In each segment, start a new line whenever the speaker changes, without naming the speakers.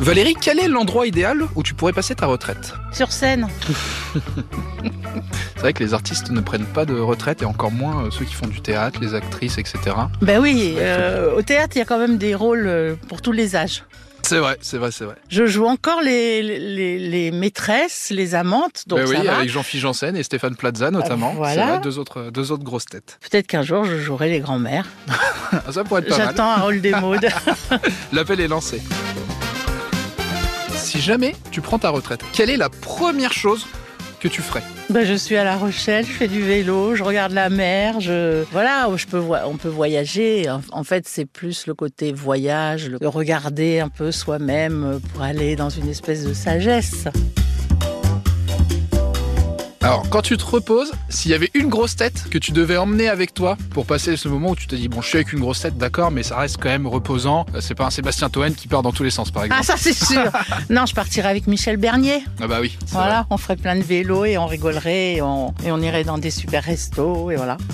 Valérie, quel est l'endroit idéal où tu pourrais passer ta retraite
Sur scène.
C'est vrai que les artistes ne prennent pas de retraite et encore moins euh, ceux qui font du théâtre, les actrices, etc.
Ben oui, euh, au théâtre, il y a quand même des rôles euh, pour tous les âges.
C'est vrai, c'est vrai, c'est vrai.
Je joue encore les, les, les maîtresses, les amantes, donc
Ben
ça
oui,
va. Ah,
avec Jean-Philippe Janssen et Stéphane Plaza notamment.
voilà.
C'est vrai, deux autres, euh, deux autres grosses têtes.
Peut-être qu'un jour, je jouerai les grands-mères.
Ah, Ça pourrait être pas mal.
J'attends un rôle des modes.
L'appel est lancé. Si jamais tu prends ta retraite, quelle est la première chose que tu ferais
ben, je suis à La Rochelle, je fais du vélo, je regarde la mer, je voilà, je peux vo- on peut voyager. En- En fait, c'est plus le côté voyage, le regarder un peu soi-même euh, pour aller dans une espèce de sagesse.
Alors, quand tu te reposes, s'il y avait une grosse tête que tu devais emmener avec toi pour passer ce moment où tu te dis, bon, je suis avec une grosse tête, d'accord, mais ça reste quand même reposant. Euh, C'est pas un Sébastien Toen qui part dans tous les sens, par
Ah
exemple.
ça c'est sûr. non, je partirai avec Michel Bernier.
Ah, bah oui. c'est
Voilà, on ferait plein de vélos et on rigolerait et on, et on irait dans des super restos et voilà.
vrai.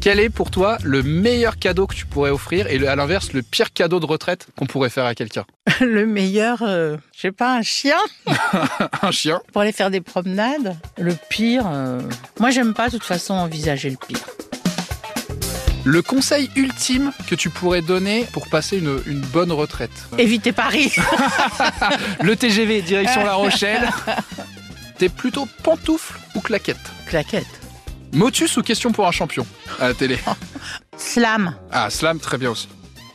Quel est pour toi le meilleur cadeau que tu pourrais offrir et le- à l'inverse, le pire cadeau de retraite qu'on pourrait faire à quelqu'un
Le meilleur, euh, je sais pas, un chien
Un chien
pour aller faire des promenades. Le pire, euh, moi j'aime pas de toute façon envisager le pire.
Le conseil ultime que tu pourrais donner pour passer une, une bonne retraite
Évitez Paris.
Le TGV, direction La Rochelle. T'es plutôt pantoufle ou claquette
Claquette.
Motus ou question pour un champion À la télé.
Slam,
Ah, slam, très bien aussi.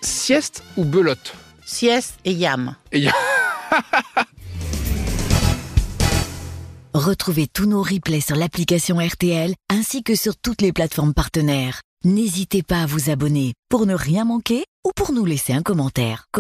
Sieste ou belote
sieste et yam.
Retrouvez tous nos replays sur l'application RTL ainsi que sur toutes les plateformes partenaires. N'hésitez pas à vous abonner pour ne rien manquer ou pour nous laisser un commentaire.